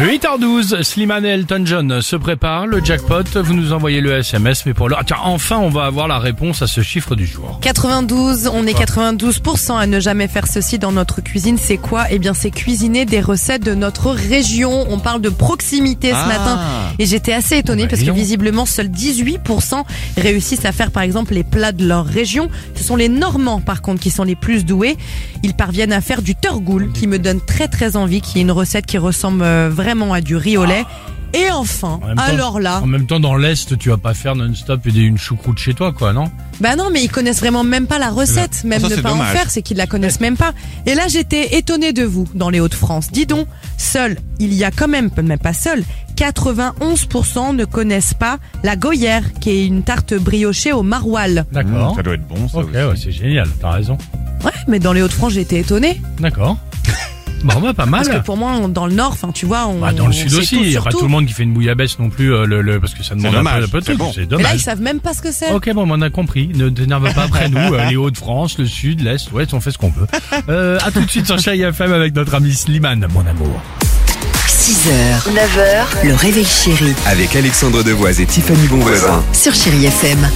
8h12, Slimane et Elton John se préparent, le jackpot, vous nous envoyez le SMS, mais pour le... Ah, tiens, enfin on va avoir la réponse à ce chiffre du jour. 92, on est 92% à ne jamais faire ceci dans notre cuisine. C'est quoi Eh bien, c'est cuisiner des recettes de notre région. On parle de proximité ce Ah. matin. Et j'étais assez étonnée Bah, parce dis que donc. visiblement, seuls 18% réussissent à faire, par exemple, les plats de leur région. Ce sont les Normands, par contre, qui sont les plus doués. Ils parviennent à faire du turgoul, qui me donne très très envie, qui est une recette qui ressemble euh, vraiment à du riz au lait. Et enfin, Ah. En même temps- alors Ah. là, En même temps, dans l'Est, tu vas pas faire non-stop et une choucroute chez toi, quoi, non Hmm, Bah non, mais ils connaissent vraiment même pas la recette, Ah, même ça, ne c'est pas dommage. en faire, c'est qu'ils la connaissent même pas. Et là, j'étais étonnée de vous dans les Hauts-de-France. Dis donc, seul, il y a quand même, même pas seul, 91% ne connaissent pas la goyère, qui est une tarte briochée au maroilles. D'accord. Ça doit être bon, ça ok, aussi. ouais, c'est génial, t'as raison. Ouais, mais dans les Hauts-de-France, j'étais étonnée D'accord. bon, bah, pas mal. parce que pour moi, on- dans le Nord, enfin, tu vois, on Bah, dans on le sud sait aussi, tout il y a sur pas tout. tout le monde qui fait une bouillabaisse non plus, euh, le, le- parce que ça demande un dommage, peu, un peu de c'est truc, bon. c'est Mais là, ils dommage. savent même pas ce que c'est. Ok, bon, bah, on a compris. Ne t'énerve pas après nous. euh, les Hauts-de-France, le Sud, l'Est, l'Ouest, on fait ce qu'on veut. Euh, à tout de suite sur Chérie FM avec notre ami Slimane, mon amour. 6h, 9h, le réveil chéri Avec Alexandre Devoise et Tiffany Bonvoisin. sur Chérie FM.